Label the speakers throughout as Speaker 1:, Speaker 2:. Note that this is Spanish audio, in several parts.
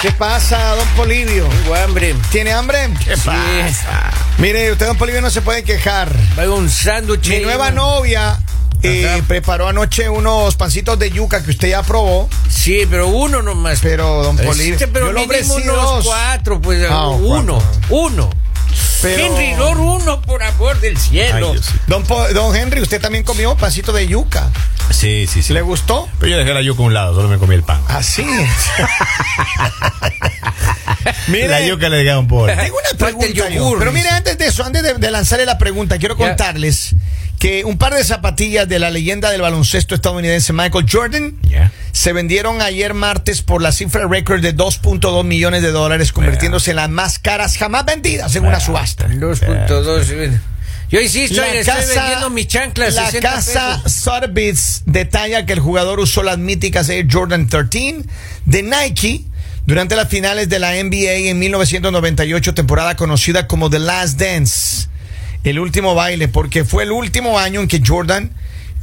Speaker 1: ¿Qué pasa, don Polivio?
Speaker 2: Tengo hambre.
Speaker 1: ¿Tiene hambre?
Speaker 2: ¿Qué pasa?
Speaker 1: Mire, usted, don Polivio, no se puede quejar.
Speaker 2: Traigo un sándwich.
Speaker 1: Mi nueva novia eh,
Speaker 2: Ajá.
Speaker 1: preparó anoche unos pancitos de yuca que usted ya probó,
Speaker 2: Sí, pero uno nomás.
Speaker 1: pero don Polivio.
Speaker 2: Este, pero
Speaker 1: yo lo
Speaker 2: mínimo
Speaker 1: ofrecí
Speaker 2: unos
Speaker 1: dos,
Speaker 2: cuatro, pues
Speaker 1: Ah,
Speaker 2: uno,
Speaker 1: cuatro.
Speaker 2: uno.
Speaker 1: pero-
Speaker 2: Henry Lor, uno, por amor del cielo.
Speaker 3: Ay, Dios.
Speaker 1: Don, Po- don Henry, usted también comió pancito de yuca.
Speaker 3: Sí, sí, sí.
Speaker 1: ¿Le gustó?
Speaker 3: Pero yo dejé la yuca a un lado, solo me comí el pan.
Speaker 1: Así es. Mire,
Speaker 3: La yuca le dejé a un pobre.
Speaker 1: Tengo una
Speaker 2: Falta el
Speaker 1: pregunta. yo.
Speaker 2: yogur,
Speaker 1: Pero mire,
Speaker 2: dice.
Speaker 1: antes de eso, antes de, de lanzarle la pregunta, quiero
Speaker 2: Ya.
Speaker 1: contarles que un par de zapatillas de la leyenda del baloncesto estadounidense Michael Jordan
Speaker 3: Ya.
Speaker 1: se vendieron ayer martes por la cifra récord de 2.2 millones de dólares, convirtiéndose en las más caras jamás vendidas en una subasta.
Speaker 2: 2.2. Yo insisto,
Speaker 1: La
Speaker 2: estoy vendiendo mis chanclas.
Speaker 1: la
Speaker 2: 60
Speaker 1: casa
Speaker 2: pesos.
Speaker 1: Sotheby's detalla que el jugador usó las míticas Air Jordan 13 de Nike durante las finales de la NBA en 1998, temporada conocida como The Last Dance, el último baile, porque fue el último año en que Jordan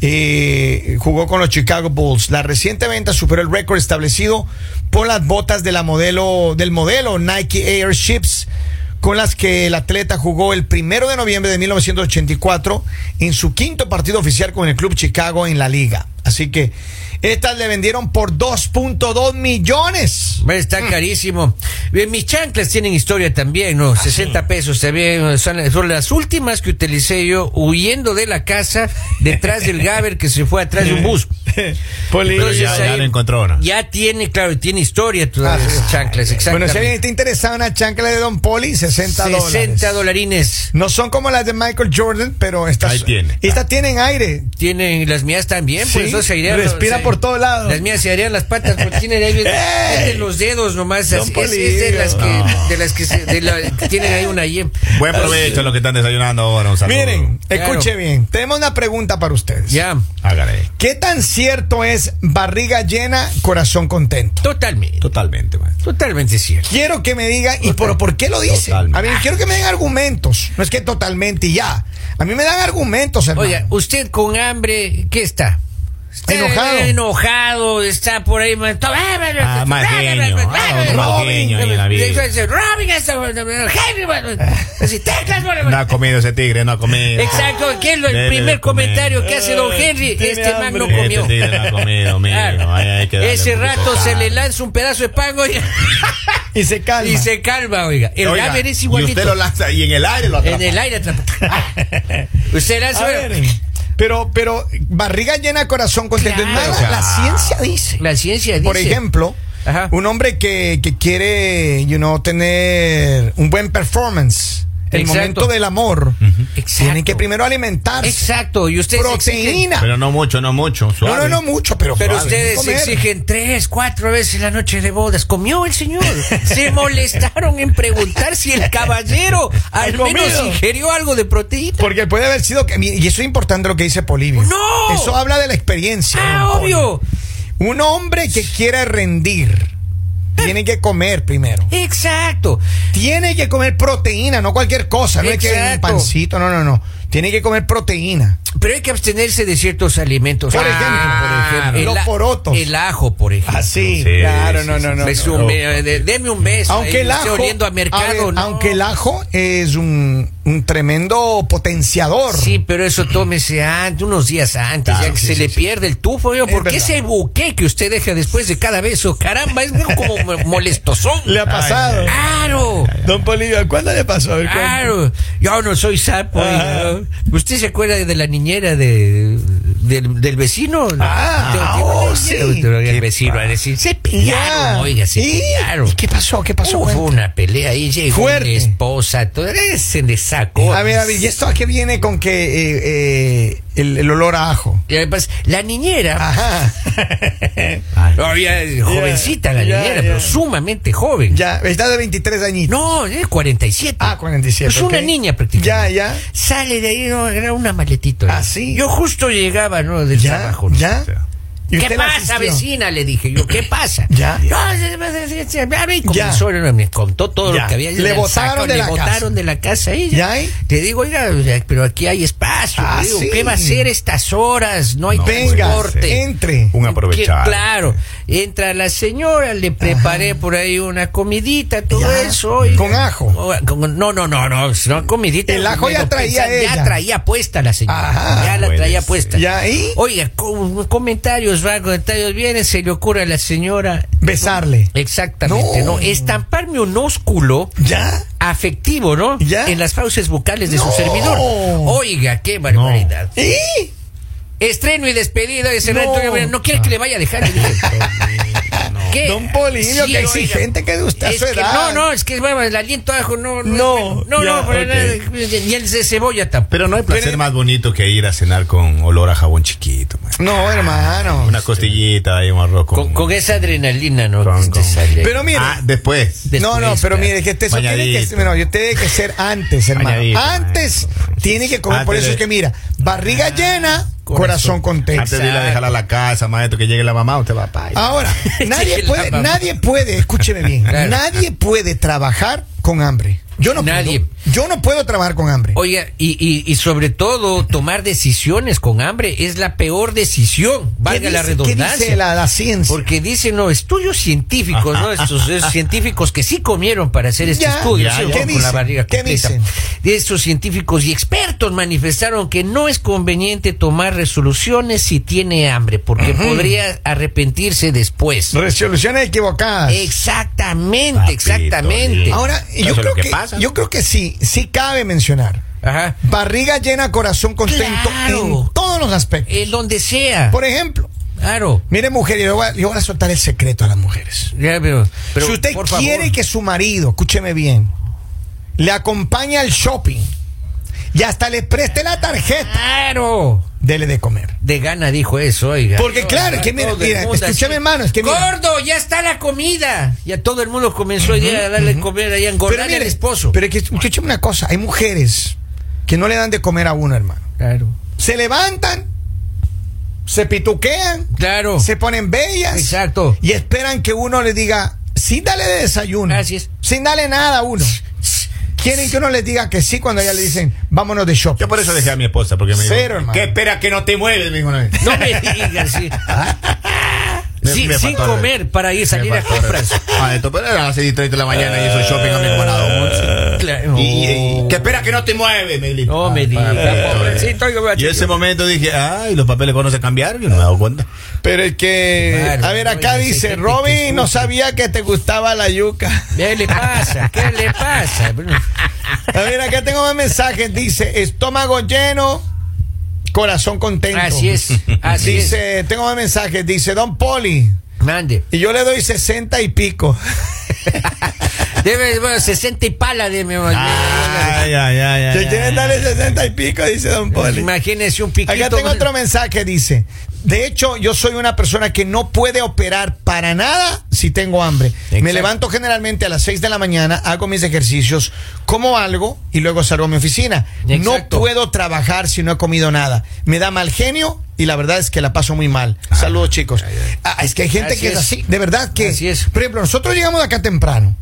Speaker 1: eh, jugó con los Chicago Bulls. La reciente venta superó el récord establecido por las botas de la modelo, del modelo Nike Airships con las que el atleta jugó el primero de noviembre de 1984 en su quinto partido oficial con el Club Chicago en la liga. Así que estas le vendieron por 2.2 millones.
Speaker 2: Bueno, Está carísimo. Bien, Mis chanclas tienen historia también, ¿no? 60 pesos también. Son, son las últimas que utilicé yo huyendo de la casa detrás del Gaber que se fue atrás de un bus.
Speaker 3: Pero
Speaker 2: Entonces,
Speaker 3: ya, ya
Speaker 2: ahí-
Speaker 3: lo encontró ¿no?
Speaker 2: Ya tiene, claro, tiene historia todas esas chanclas, exactamente.
Speaker 1: Ah, Bueno, si alguien está interesado en una chancla de Don Poli, 60,
Speaker 2: 60
Speaker 1: dólares.
Speaker 2: dolarines.
Speaker 1: No son como las de Michael Jordan, pero estas,
Speaker 3: Ahí tiene.
Speaker 1: estas tienen aire.
Speaker 2: Tienen las mías también,
Speaker 1: Sí,
Speaker 2: pues eso se airean los-
Speaker 1: respira
Speaker 2: se-
Speaker 1: por todo lado.
Speaker 2: Las mías se harían las patas, porque tienen ahí
Speaker 1: ¡Ey!
Speaker 2: tienen los dedos nomás.
Speaker 1: Don
Speaker 2: así, Es, es de
Speaker 1: Polibio.
Speaker 2: las que,
Speaker 3: No.
Speaker 2: de las que, se- de la- que tienen ahí una yem.
Speaker 3: Buen provecho a los que están desayunando ahora. Un saludo.
Speaker 1: Miren,
Speaker 2: Claro.
Speaker 1: escuche bien. Tenemos una pregunta para ustedes.
Speaker 2: Ya,
Speaker 3: Hágale.
Speaker 1: ¿Qué tan cierto es barriga llena, corazón contento?
Speaker 2: totalmente.
Speaker 3: Totalmente, maestro.
Speaker 2: Totalmente cierto.
Speaker 1: Quiero que me digan, ¿y por, por qué lo dicen?
Speaker 3: Totalmente.
Speaker 1: A mí quiero que me den argumentos. No es que totalmente y ya. A mí me dan argumentos, hermano.
Speaker 2: Oiga, usted con hambre, ¿qué está? Está
Speaker 1: Enojado.
Speaker 2: enojado, está por ahí. ma- to-
Speaker 3: Ah, madrileño. Ah, un rogueño ahí en la vida. Ah.
Speaker 2: Entonces, Robin, hasta- Henry, bueno, así, teclas, bueno,
Speaker 3: No ha comido ese tigre, no ha comido.
Speaker 2: Exacto, que es lo- el
Speaker 3: Debe
Speaker 2: primer
Speaker 3: de comer.
Speaker 2: comentario que hace don
Speaker 3: Ay,
Speaker 2: Henry.
Speaker 3: tiene
Speaker 2: Este man no
Speaker 3: hambre.
Speaker 2: comió.
Speaker 3: Este tigre no ha comido, mijo.
Speaker 2: Claro.
Speaker 3: Ay, hay que darle
Speaker 2: Ese
Speaker 3: un poquito
Speaker 2: rato
Speaker 3: de
Speaker 2: se le
Speaker 3: calma.
Speaker 2: lanza un pedazo de pan oiga,
Speaker 1: y se calma.
Speaker 2: y se calma, oiga. El
Speaker 3: Oiga,
Speaker 2: Gaber es
Speaker 3: Y usted lo
Speaker 2: igualito.
Speaker 3: lanza y en el aire lo atrapa.
Speaker 2: En el aire atrapa. Usted lanza.
Speaker 1: A
Speaker 2: bueno,
Speaker 1: ver, pero, pero barriga llena, corazón contento.
Speaker 2: Claro.
Speaker 1: Nada, la ciencia dice.
Speaker 2: La ciencia dice.
Speaker 1: Por ejemplo,
Speaker 2: Ajá.
Speaker 1: un hombre que, que quiere, you know, tener un buen performance, el
Speaker 2: Exacto.
Speaker 1: momento del amor,
Speaker 2: Exacto.
Speaker 1: tiene que primero alimentarse.
Speaker 2: Exacto, y ustedes exigen-
Speaker 1: Proteína.
Speaker 3: Pero no mucho, no mucho.
Speaker 1: No,
Speaker 3: Suave.
Speaker 1: no, no mucho, pero,
Speaker 2: Pero
Speaker 1: suave.
Speaker 2: ustedes
Speaker 1: Comer.
Speaker 2: exigen tres, cuatro veces la noche de bodas. Comió el señor. Se molestaron en preguntar si el caballero al
Speaker 1: Ha comido.
Speaker 2: menos ingirió algo de proteína.
Speaker 1: Porque puede haber sido que. Y eso es importante lo que dice Polivio.
Speaker 2: ¡No!
Speaker 1: Eso habla de la experiencia.
Speaker 2: Ah,
Speaker 1: don Poli.
Speaker 2: obvio.
Speaker 1: Un hombre que quiere rendir tiene que comer primero.
Speaker 2: Exacto.
Speaker 1: Tiene que comer proteína, no cualquier cosa. No es que un
Speaker 2: Exacto.
Speaker 1: pancito, no, no, no. Tiene que comer proteína.
Speaker 2: Pero hay que abstenerse de ciertos alimentos. Ah,
Speaker 1: Por
Speaker 2: por
Speaker 1: ejemplo, los
Speaker 2: a-
Speaker 1: porotos.
Speaker 2: El ajo, por ejemplo.
Speaker 1: Así,
Speaker 3: Sí,
Speaker 1: claro,
Speaker 3: sí,
Speaker 1: no,
Speaker 3: sí,
Speaker 1: no,
Speaker 3: sí.
Speaker 1: no.
Speaker 2: Es
Speaker 1: no.
Speaker 2: un be- de- deme un beso.
Speaker 1: Aunque
Speaker 2: ahí,
Speaker 1: el
Speaker 2: no esté
Speaker 1: ajo,
Speaker 2: oliendo a mercado.
Speaker 1: a ver,
Speaker 2: no.
Speaker 1: aunque el ajo es un, un tremendo potenciador.
Speaker 2: Sí, pero eso tómese antes, unos días antes,
Speaker 3: Claro,
Speaker 2: ya que
Speaker 3: sí,
Speaker 2: se
Speaker 3: sí,
Speaker 2: le
Speaker 3: sí.
Speaker 2: pierde el tufo. oiga,
Speaker 1: Es
Speaker 2: porque
Speaker 1: verdad.
Speaker 2: ese buque que usted deja después de cada beso, caramba, es como mo- molestosón.
Speaker 1: Le ha pasado.
Speaker 2: Claro.
Speaker 1: Don Polivio, ¿cuándo le pasó? A ver, cuente.
Speaker 2: Claro, yo no soy sapo.
Speaker 1: Ajá.
Speaker 2: oiga. ¿Usted se acuerda de la niñera de, del, del vecino?
Speaker 1: Ah,
Speaker 2: Te- te-
Speaker 1: oh,
Speaker 2: te-
Speaker 1: sí.
Speaker 2: El
Speaker 3: Qué
Speaker 2: vecino va a decir, se pillaron,
Speaker 1: Ya.
Speaker 2: oiga, se
Speaker 1: ¿Y?
Speaker 2: pillaron.
Speaker 1: ¿Y qué pasó? ¿Qué pasó?
Speaker 2: Hubo
Speaker 1: Cuente.
Speaker 2: una pelea y llegó
Speaker 1: Fuerte.
Speaker 2: mi esposa, todo, eh, se le sacó.
Speaker 1: A ver, a ver, ¿y esto a qué viene con que eh, eh, el, el olor a ajo?
Speaker 2: Y además, la niñera,
Speaker 1: Ajá.
Speaker 3: Ay.
Speaker 2: todavía es jovencita la
Speaker 1: ya,
Speaker 2: niñera,
Speaker 1: ya.
Speaker 2: pero sumamente joven.
Speaker 1: ya, está de 23 añitos.
Speaker 2: No, es 47.
Speaker 1: Ah, 47,
Speaker 2: Es una
Speaker 1: ok.
Speaker 2: niña prácticamente.
Speaker 1: Ya, ya.
Speaker 2: Sale de ahí, no, era una maletita.
Speaker 1: Ah, sí.
Speaker 2: Yo justo llegaba, ¿no? Del
Speaker 1: Ya,
Speaker 2: trabajo. ¿no?
Speaker 1: ya.
Speaker 3: O sea,
Speaker 2: ¿Qué
Speaker 1: ¿Y usted la
Speaker 2: pasa,
Speaker 1: asistió?
Speaker 2: vecina? Le dije yo, ¿qué pasa?
Speaker 1: Ya.
Speaker 2: No, se- se- se- se- se- y comenzó, me contó todo
Speaker 1: Ya.
Speaker 2: lo que había.
Speaker 1: Le botaron de
Speaker 2: le
Speaker 1: la
Speaker 2: botaron
Speaker 1: casa.
Speaker 2: de la casa. y
Speaker 1: ¿Ya ahí?
Speaker 2: Te digo, oiga, o sea, pero aquí hay espacio.
Speaker 1: Ah,
Speaker 2: Le digo,
Speaker 1: sí. pues,
Speaker 2: ¿Qué va a hacer estas horas? No hay
Speaker 3: No,
Speaker 1: Venga,
Speaker 2: transporte.
Speaker 1: entre.
Speaker 3: pues, este, Un
Speaker 2: Que-
Speaker 3: aprovechado.
Speaker 2: claro, entra la señora, le preparé por ahí una comidita, todo
Speaker 1: Ya.
Speaker 2: eso. y-
Speaker 1: ¿Con ajo?
Speaker 2: O- con- no, no, no, no, no, comidita.
Speaker 1: El ajo
Speaker 2: me
Speaker 1: ya
Speaker 2: lo
Speaker 1: traía
Speaker 2: pensaba,
Speaker 1: ella.
Speaker 2: Ya traía puesta la señora.
Speaker 1: Ajá.
Speaker 2: ya la
Speaker 3: Puede
Speaker 2: traía
Speaker 3: ser.
Speaker 2: puesta.
Speaker 1: ¿Y ahí?
Speaker 2: Oiga, co- comentarios va, comentarios vienen, se le ocurre a la señora.
Speaker 1: Besarle.
Speaker 2: Exactamente,
Speaker 1: No.
Speaker 2: no. Estamparme un ósculo
Speaker 1: ¿Ya?
Speaker 2: afectivo, ¿no?
Speaker 1: ¿Ya?
Speaker 2: En las fauces vocales de
Speaker 1: No.
Speaker 2: su servidor. Oiga, qué barbaridad.
Speaker 1: ¿Y?
Speaker 2: Estreno y despedida de Serrat.
Speaker 1: No.
Speaker 2: No, quiere que le vaya a dejar. le dije. ¿Qué?
Speaker 1: Don Polibio, qué
Speaker 2: Eh, oiga.
Speaker 1: exigente que de usted a
Speaker 2: Es
Speaker 1: su
Speaker 2: que
Speaker 1: edad.
Speaker 2: No, no, es que bueno, el aliento a ajo no.
Speaker 1: No,
Speaker 2: No, no,
Speaker 1: ya,
Speaker 2: no, para
Speaker 1: ok.
Speaker 2: nada. Y el de cebolla tampoco.
Speaker 3: Pero no hay placer
Speaker 1: Pero-
Speaker 3: más bonito que ir a cenar con olor a jabón chiquito. man.
Speaker 1: No, hermano.
Speaker 3: Una costillita ahí, un arroz
Speaker 2: Con, con esa adrenalina, ¿no?
Speaker 3: Con-
Speaker 2: Que te
Speaker 3: con-
Speaker 2: sale.
Speaker 1: Pero mire.
Speaker 3: Ah, después.
Speaker 2: Después,
Speaker 1: no, no, pero
Speaker 2: claro.
Speaker 1: mire, que este, eso tiene que,
Speaker 3: Bañadito.
Speaker 1: ser- no, yo tiene que ser antes, hermano.
Speaker 3: Bañadito,
Speaker 1: antes
Speaker 3: maestro.
Speaker 1: tiene que comer. Por
Speaker 3: Antes
Speaker 1: eso es
Speaker 3: de-
Speaker 1: que mira,
Speaker 2: Ah,
Speaker 1: barriga llena, corazón,
Speaker 2: Corazón.
Speaker 1: contento.
Speaker 3: Antes de ir a dejarla a la casa, maestro, que llegue la mamá, usted va para
Speaker 1: Ahora, nadie
Speaker 2: Sí, la
Speaker 1: puede,
Speaker 2: mamá.
Speaker 1: nadie puede, escúcheme bien,
Speaker 2: Claro.
Speaker 1: nadie puede trabajar con hambre. Yo no
Speaker 2: Nadie.
Speaker 1: puedo. Yo no puedo trabajar con hambre.
Speaker 2: Oiga, y, y, y sobre todo, tomar decisiones con hambre es la peor decisión, valga
Speaker 1: ¿Qué
Speaker 2: la
Speaker 1: dice- ¿Qué
Speaker 2: redundancia.
Speaker 1: dice la, la ciencia?
Speaker 2: Porque dicen, no, estudios científicos, ¿no? Estos, esos científicos que sí comieron para hacer este
Speaker 1: Ya,
Speaker 2: estudio,
Speaker 1: ya,
Speaker 2: ¿sí?
Speaker 1: ya.
Speaker 2: Con
Speaker 1: ¿Qué
Speaker 2: la
Speaker 1: dicen?
Speaker 2: barriga
Speaker 1: ¿Qué
Speaker 2: completa.
Speaker 1: dicen?
Speaker 2: De estos científicos y expertos manifestaron que no es conveniente tomar resoluciones si tiene hambre, porque podría arrepentirse después.
Speaker 1: Resoluciones equivocadas.
Speaker 2: exactamente,
Speaker 3: Papito
Speaker 2: exactamente.
Speaker 3: lindo.
Speaker 1: Ahora,
Speaker 3: Eso
Speaker 1: yo
Speaker 3: es lo
Speaker 1: creo que,
Speaker 3: que pasa.
Speaker 1: yo creo que sí, sí cabe mencionar.
Speaker 2: Ajá.
Speaker 1: Barriga llena, corazón contento
Speaker 2: Claro. Eh.
Speaker 1: en todos los aspectos.
Speaker 2: En donde sea.
Speaker 1: Por ejemplo,
Speaker 2: Claro.
Speaker 1: mire mujer, yo voy, a, yo voy a soltar el secreto a las mujeres.
Speaker 2: Ya, pero- pero,
Speaker 1: si usted
Speaker 2: por
Speaker 1: quiere
Speaker 2: favor.
Speaker 1: que su marido, escúcheme bien, le acompañe al shopping y hasta le preste la tarjeta,
Speaker 2: Claro.
Speaker 1: dele de comer.
Speaker 2: De gana dijo eso, oiga.
Speaker 1: Porque, claro, es que mira,
Speaker 2: Todo el
Speaker 1: mira,
Speaker 2: mundo
Speaker 1: escúchame,
Speaker 2: así.
Speaker 1: hermano, es que mira.
Speaker 2: Gordo, ya está la comida. Ya todo el mundo comenzó hoy día a darle comer ahí a engordar al
Speaker 1: mire,
Speaker 2: esposo.
Speaker 1: pero es que, escúcheme una cosa, hay mujeres que no le dan de comer a uno, hermano.
Speaker 2: claro.
Speaker 1: Se levantan, se pituquean,
Speaker 2: Claro.
Speaker 1: se ponen bellas.
Speaker 2: Oh. Exacto.
Speaker 1: Y esperan que uno les diga, sí, dale de desayuno.
Speaker 2: Así es.
Speaker 1: Sin darle nada a uno. Quieren que uno les diga que sí cuando ya le dicen, vámonos de shopping.
Speaker 3: Yo por eso dejé a mi esposa, porque me dijo,
Speaker 1: Cero, hermano.
Speaker 3: ¿Qué espera que no te mueves? Me dijo una vez.
Speaker 2: No me digas, sí.
Speaker 1: Ah.
Speaker 3: Me-
Speaker 2: Sí,
Speaker 3: me
Speaker 2: sin
Speaker 3: faltó el-
Speaker 2: comer para ir a salir
Speaker 3: Me
Speaker 2: a
Speaker 3: faltó el-
Speaker 2: compras.
Speaker 3: Ah, esto, pero era a las 6 y 30 de la mañana y eso shopping a mi morado.
Speaker 2: Claro.
Speaker 3: Y, y- y- ¿Qué espera que no te mueves? Me Ah, gritó.
Speaker 2: No me digas, pobrecito, oiga, voy a
Speaker 3: Y en ese
Speaker 2: chequear.
Speaker 3: momento dije, ay, los papeles cuando se cambiaron, yo no me he dado cuenta.
Speaker 1: Pero es que,
Speaker 2: Claro,
Speaker 1: a ver,
Speaker 2: no,
Speaker 1: acá
Speaker 2: y ese
Speaker 1: dice,
Speaker 2: gente
Speaker 1: Robin,
Speaker 2: que
Speaker 1: no
Speaker 2: sufre".
Speaker 1: sabía que te gustaba la yuca.
Speaker 2: ¿Qué le pasa? ¿Qué le pasa? Bueno,
Speaker 1: A ver, acá tengo más mensajes. Dice, estómago lleno, corazón contento.
Speaker 2: Así es, así
Speaker 1: dice, tengo más mensajes. Dice, Don Poli,
Speaker 2: Mande.
Speaker 1: y yo le doy 60 y pico.
Speaker 2: Debe, bueno, 60 y pala de mi
Speaker 1: Ah,
Speaker 3: Ay, ay, ay, ay,
Speaker 1: ¿Te
Speaker 3: ay,
Speaker 1: quieren
Speaker 3: ay.
Speaker 1: darle 60 y pico? Dice Don Poli.
Speaker 2: Imagínese un piquito.
Speaker 1: Acá tengo otro mensaje, dice. De hecho, yo soy una persona que no puede operar para nada si tengo hambre. Me
Speaker 3: Exacto.
Speaker 1: levanto generalmente a las 6 de la mañana, hago mis ejercicios, como algo y luego salgo a mi oficina. No
Speaker 2: Exacto.
Speaker 1: puedo trabajar si no he comido nada. Me da mal genio y la verdad es que la paso muy mal. Saludos, chicos. Ah, es que hay gente
Speaker 2: Así
Speaker 1: que es
Speaker 2: es.
Speaker 1: así. De verdad que.
Speaker 2: Así es.
Speaker 1: Por ejemplo, nosotros llegamos acá temprano.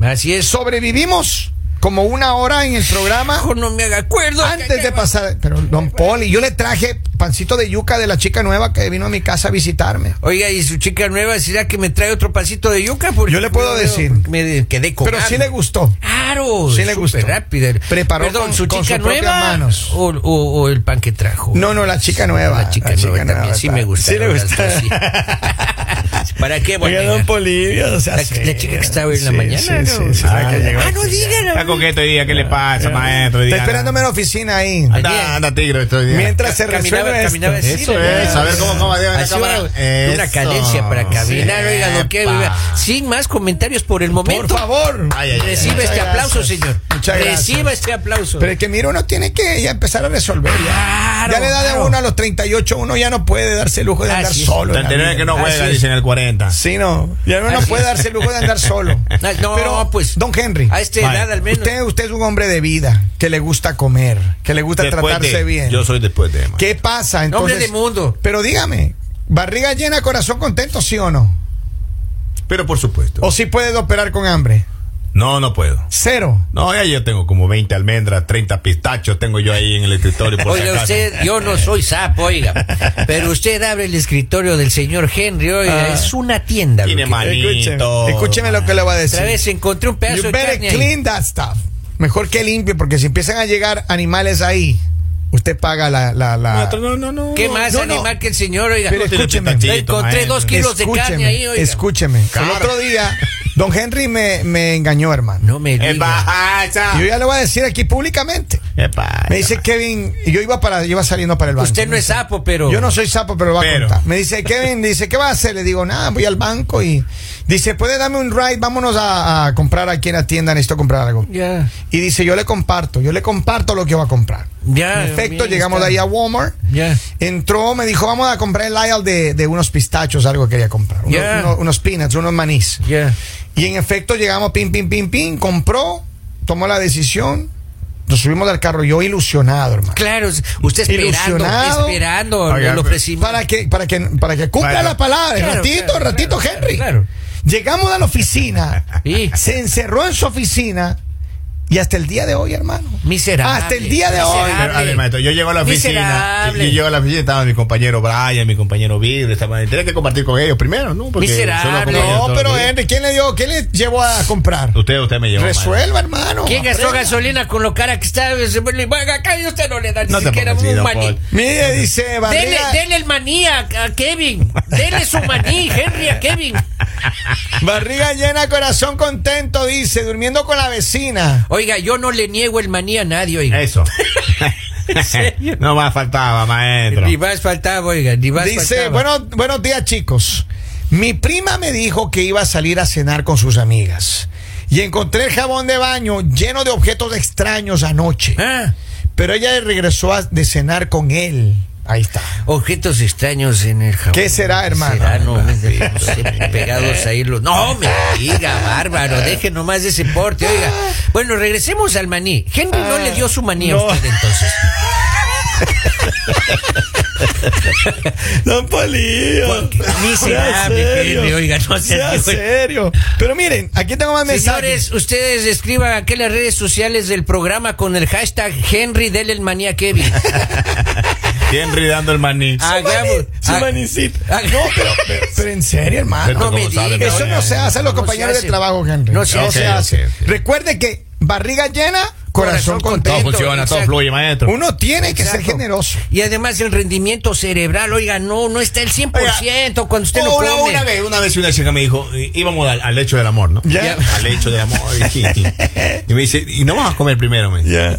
Speaker 2: Así es.
Speaker 1: Sobrevivimos como una hora en el programa.
Speaker 2: Ojo, no me haga acuerdo.
Speaker 1: Antes de pasar, pero don Poli, yo le traje pancito de yuca de la chica nueva que vino a mi casa a visitarme.
Speaker 2: Oiga, y su chica nueva, ¿será que me trae otro pasito de yuca? Porque
Speaker 1: Yo le puedo
Speaker 2: me-
Speaker 1: decir.
Speaker 2: Me de- quedé con
Speaker 1: Pero sí
Speaker 2: hambre.
Speaker 1: le gustó.
Speaker 2: Claro,
Speaker 1: Sí le
Speaker 2: súper
Speaker 1: gustó.
Speaker 2: rápida.
Speaker 1: Preparó
Speaker 2: Perdón,
Speaker 1: con-
Speaker 2: su
Speaker 1: con
Speaker 2: chica
Speaker 1: sus propias
Speaker 2: nueva
Speaker 1: manos.
Speaker 2: O, o- o el pan que trajo.
Speaker 1: No, no, la chica nueva.
Speaker 2: La chica
Speaker 1: la chica
Speaker 2: nueva también,
Speaker 1: nueva,
Speaker 2: sí
Speaker 1: claro.
Speaker 2: me gusta.
Speaker 1: Sí le gusta.
Speaker 2: ¿Para qué? Bueno,
Speaker 1: Polivio, o sea,
Speaker 2: la, la
Speaker 1: sí.
Speaker 2: chica que estaba en la
Speaker 1: Sí,
Speaker 2: mañana.
Speaker 1: sí,
Speaker 2: ¿no?
Speaker 1: sí, sí, la
Speaker 2: ah,
Speaker 1: que llegó.
Speaker 2: ah, no digan.
Speaker 3: Está coqueto hoy día, ¿qué le pasa, maestro?
Speaker 1: Está
Speaker 3: Diga,
Speaker 1: esperándome en la oficina ahí.
Speaker 3: Anda, anda, tigre, estoy día.
Speaker 1: Mientras se
Speaker 2: Caminaba-
Speaker 1: resuelve esto.
Speaker 2: caminaba así,
Speaker 3: Eso
Speaker 2: le-
Speaker 3: es, a ver cómo cómo va la
Speaker 2: Así
Speaker 3: cámara.
Speaker 2: una, una
Speaker 3: Eso.
Speaker 2: cadencia para caminar, oiga, don Kevin,
Speaker 3: Epa.
Speaker 2: oiga. Sin más comentarios por el
Speaker 1: Por
Speaker 2: momento.
Speaker 1: favor.
Speaker 3: Ay, ay, ay,
Speaker 2: Reciba
Speaker 1: Muchas
Speaker 2: este
Speaker 1: gracias.
Speaker 2: aplauso, señor.
Speaker 1: Muchas gracias.
Speaker 2: Reciba este aplauso.
Speaker 1: Pero es que mira, uno tiene que ya empezar a resolver. Ya,
Speaker 2: Claro,
Speaker 1: Ya le da de
Speaker 2: claro.
Speaker 1: uno a los 38, uno ya no puede darse el lujo de andar
Speaker 2: Así es.
Speaker 1: solo. en la
Speaker 3: Tantenera
Speaker 1: vida.
Speaker 3: que no
Speaker 2: Así
Speaker 3: juega,
Speaker 2: es.
Speaker 3: dicen el 40.
Speaker 1: Ah, Sí, no. Ya uno no
Speaker 2: Así
Speaker 1: puede
Speaker 2: es.
Speaker 1: darse el lujo de andar solo.
Speaker 2: Ah, no,
Speaker 1: Pero,
Speaker 2: pues.
Speaker 1: Don Henry.
Speaker 2: A esta
Speaker 3: Vale.
Speaker 2: edad al menos.
Speaker 1: Usted, usted es un hombre de vida, que le gusta comer, que le gusta
Speaker 3: Después
Speaker 1: tratarse
Speaker 3: de-
Speaker 1: bien.
Speaker 3: Yo soy después de. man.
Speaker 1: ¿Qué pasa entonces?
Speaker 2: Hombre de mundo.
Speaker 1: Pero dígame, Barriga llena, corazón contento, ¿sí o no?
Speaker 3: Pero por supuesto.
Speaker 1: ¿O si puedes operar con hambre?
Speaker 3: No, no puedo.
Speaker 1: Cero.
Speaker 3: No, ya yo tengo como 20 almendras, 30 pistachos, tengo yo ahí en el escritorio. Por si
Speaker 2: Oiga,
Speaker 3: acaso.
Speaker 2: usted, yo no soy sapo, oiga. Pero usted abre el escritorio del señor Henry, oiga,
Speaker 1: Ah.
Speaker 2: es una tienda.
Speaker 3: Tiene
Speaker 2: lo que-
Speaker 3: maní.
Speaker 1: Escúcheme,
Speaker 3: Listo.
Speaker 1: escúcheme lo que le voy a decir.
Speaker 2: Otra vez encontré un pedazo
Speaker 1: You
Speaker 2: de
Speaker 1: better
Speaker 2: carne ahí.
Speaker 1: clean that stuff. Mejor que limpie, porque si empiezan a llegar animales ahí, usted paga la. la, la-
Speaker 3: No, no, no.
Speaker 2: ¿Qué
Speaker 3: no,
Speaker 2: más
Speaker 3: no, no.
Speaker 2: animal que el señor, oiga?
Speaker 1: Pero
Speaker 3: No tiene
Speaker 1: escúcheme,
Speaker 3: pistachito,
Speaker 2: encontré
Speaker 3: maestro.
Speaker 2: dos kilos de carne ahí, oiga.
Speaker 1: escúcheme. El
Speaker 3: Cara.
Speaker 1: otro día, don Henry me, me engañó, hermano.
Speaker 2: No me
Speaker 3: En
Speaker 2: diga.
Speaker 3: bajaza.
Speaker 1: Yo ya lo voy a decir aquí públicamente.
Speaker 3: Epa,
Speaker 1: Me dice Kevin, y yo iba para, iba saliendo para el banco.
Speaker 2: Usted no es sapo, pero.
Speaker 1: Yo no soy sapo, pero lo va a
Speaker 3: Pero.
Speaker 1: contar. Me dice Kevin, dice, ¿qué va a hacer? Le digo, nada, voy al banco y dice, ¿puede darme un ride? Vámonos a, a comprar aquí en la tienda, necesito comprar algo.
Speaker 2: Ya.
Speaker 1: Y dice, yo le comparto, yo le comparto lo que va a comprar.
Speaker 2: Ya.
Speaker 1: en efecto,
Speaker 2: bien,
Speaker 1: llegamos
Speaker 2: está.
Speaker 1: de ahí a Walmart.
Speaker 2: Ya.
Speaker 1: Entró, me dijo, vamos a comprar el aisle de, de unos pistachos, algo que quería comprar. Uno-
Speaker 2: Ya.
Speaker 1: uno- unos peanuts, unos manís.
Speaker 2: Ya.
Speaker 1: Y en efecto llegamos, pim, pim, pim, pim, compró, tomó la decisión, nos subimos del carro, yo ilusionado, hermano.
Speaker 2: Claro, usted esperando,
Speaker 1: Ilusionado.
Speaker 2: esperando
Speaker 3: Oiga,
Speaker 2: el ofrecimiento.
Speaker 1: Para que, para que, para que cumpla
Speaker 3: Bueno.
Speaker 1: la palabra.
Speaker 2: Claro,
Speaker 1: ratito,
Speaker 2: claro,
Speaker 1: ratito,
Speaker 2: claro,
Speaker 1: Henry.
Speaker 2: claro.
Speaker 1: Llegamos a la oficina,
Speaker 2: Sí.
Speaker 1: se encerró en su oficina y hasta el día de hoy, hermano.
Speaker 2: Miserable.
Speaker 1: Hasta el día de hoy.
Speaker 2: Miserable.
Speaker 3: Pero, a ver, maestro, yo llego a la oficina.
Speaker 2: Miserable.
Speaker 3: Y yo llego a la oficina estaba mi compañero Brian, mi compañero Vibre. Estaba, tenía que compartir con ellos primero, ¿no? Porque
Speaker 2: Miserable.
Speaker 3: son los compañeros
Speaker 1: No,
Speaker 3: todos
Speaker 1: pero
Speaker 3: los días.
Speaker 1: Henry, ¿quién le dio? ¿Quién le llevó a comprar?
Speaker 3: Usted, usted me llevó.
Speaker 1: Resuelva, hermano.
Speaker 2: ¿Quién gastó
Speaker 1: Aprenda.
Speaker 2: gasolina con lo cara que está? Pues, Se vuelve, "Venga acá y usted no le da ni
Speaker 3: No te
Speaker 2: siquiera
Speaker 3: pongas así,
Speaker 2: un
Speaker 3: don
Speaker 2: maní.
Speaker 3: Paul.
Speaker 1: Mire, dice
Speaker 2: Dele,
Speaker 1: barriga,
Speaker 2: dele el maní a, a Kevin. Dele su maní, Henry, a Kevin.
Speaker 1: barriga llena, corazón contento, dice, durmiendo con la vecina.
Speaker 2: Oiga, yo no le niego el maní a nadie,
Speaker 3: mal.
Speaker 2: oiga.
Speaker 3: Eso. no más faltaba, maestro.
Speaker 2: Ni más faltaba, oiga, ni más faltaba.
Speaker 1: Dice, bueno, buenos días chicos. Mi prima me dijo que iba a salir a cenar con sus amigas. Y encontré el jabón de baño lleno de objetos extraños anoche.
Speaker 2: Ah,
Speaker 1: Pero ella regresó a, de cenar con él. Ahí está.
Speaker 2: objetos extraños en el jabón.
Speaker 1: ¿Qué será, Ah, hermano?
Speaker 2: Será, no, no sé, pegados ahí los... No, me diga, bárbaro, deje nomás ese porte, oiga. Bueno, regresemos al maní. Henry no le dio su maní
Speaker 1: no.
Speaker 2: a usted entonces.
Speaker 1: Don
Speaker 3: Pues,
Speaker 1: Polillo.
Speaker 2: Miserable, Henry, oiga, no
Speaker 1: Sea
Speaker 2: se
Speaker 1: serio. Pero miren, aquí tengo más mensajes.
Speaker 2: Señores, ustedes escriban aquí en las redes sociales del programa con el hashtag Henry Dele el maní a Kevin.
Speaker 3: Henry dando el maní.
Speaker 2: Hagamos. ha- ha-
Speaker 1: No, pero, pero- pero en serio, hermano.
Speaker 2: no me
Speaker 3: ¿Cómo sabe,
Speaker 2: diga.
Speaker 1: Eso
Speaker 3: Oye,
Speaker 1: no se hace los
Speaker 2: No se
Speaker 1: compañeros
Speaker 2: hace.
Speaker 1: de trabajo, Henry.
Speaker 2: No se
Speaker 1: No
Speaker 2: hace.
Speaker 1: se
Speaker 3: Ok,
Speaker 1: hace.
Speaker 3: ok, ok.
Speaker 1: Recuerde que barriga llena, corazón,
Speaker 2: Corazón
Speaker 1: contento.
Speaker 2: contento.
Speaker 3: Todo funciona, todo
Speaker 2: Exacto.
Speaker 3: fluye, maestro.
Speaker 1: Uno tiene que
Speaker 2: Exacto.
Speaker 1: ser
Speaker 2: Eh.
Speaker 1: generoso.
Speaker 2: Y además el rendimiento cerebral, oiga, no, no está el 100% cuando usted lo
Speaker 3: una,
Speaker 2: come.
Speaker 3: una vez, una vez una chica me dijo, eh, íbamos al, al hecho del amor, ¿no?
Speaker 1: Ya.
Speaker 3: Al hecho del amor. Y, y- y me dice, y no vamos a comer primero, me dice.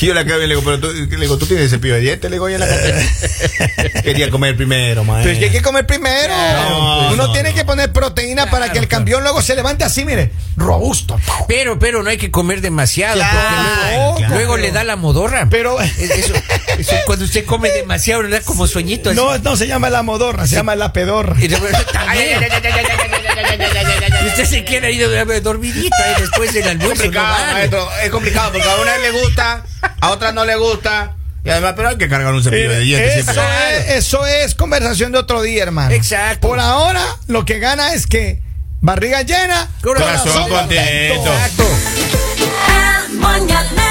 Speaker 3: Y yo la acabo y le digo, pero tú, le digo, tú tienes cepillo de dientes, le digo, yo en la cartera. Quería comer primero,
Speaker 1: Pero
Speaker 3: maestro.
Speaker 1: es que hay que comer primero.
Speaker 3: No,
Speaker 1: Uno
Speaker 3: no,
Speaker 1: tiene
Speaker 3: no.
Speaker 1: que poner proteína para que el campeón luego se levante así, mire, robusto.
Speaker 2: Pero, pero no hay que comer demasiado.
Speaker 1: Claro,
Speaker 2: porque luego,
Speaker 1: claro.
Speaker 2: luego le da la modorra.
Speaker 1: Pero-
Speaker 2: Es- Eso, eso cuando usted come demasiado, le da como sueñito. así.
Speaker 1: No, no se llama la modorra, se llama la pedorra.
Speaker 2: Y de- también. Y usted se quiere ir eh, dormidita eh, después del
Speaker 3: Es
Speaker 2: almuerzo. no
Speaker 3: complicado,
Speaker 2: vale.
Speaker 3: maestro. Es complicado porque a una le gusta, a otra no le gusta. Y además, pero hay que cargar un cepillo de dientes.
Speaker 1: Eso
Speaker 3: siempre.
Speaker 1: es, eso es conversación de otro día, hermano.
Speaker 2: Exacto.
Speaker 1: Por ahora, lo que gana es que barriga llena,
Speaker 2: Corazón
Speaker 3: contento.
Speaker 1: contento.
Speaker 2: Exacto.
Speaker 4: El mañanero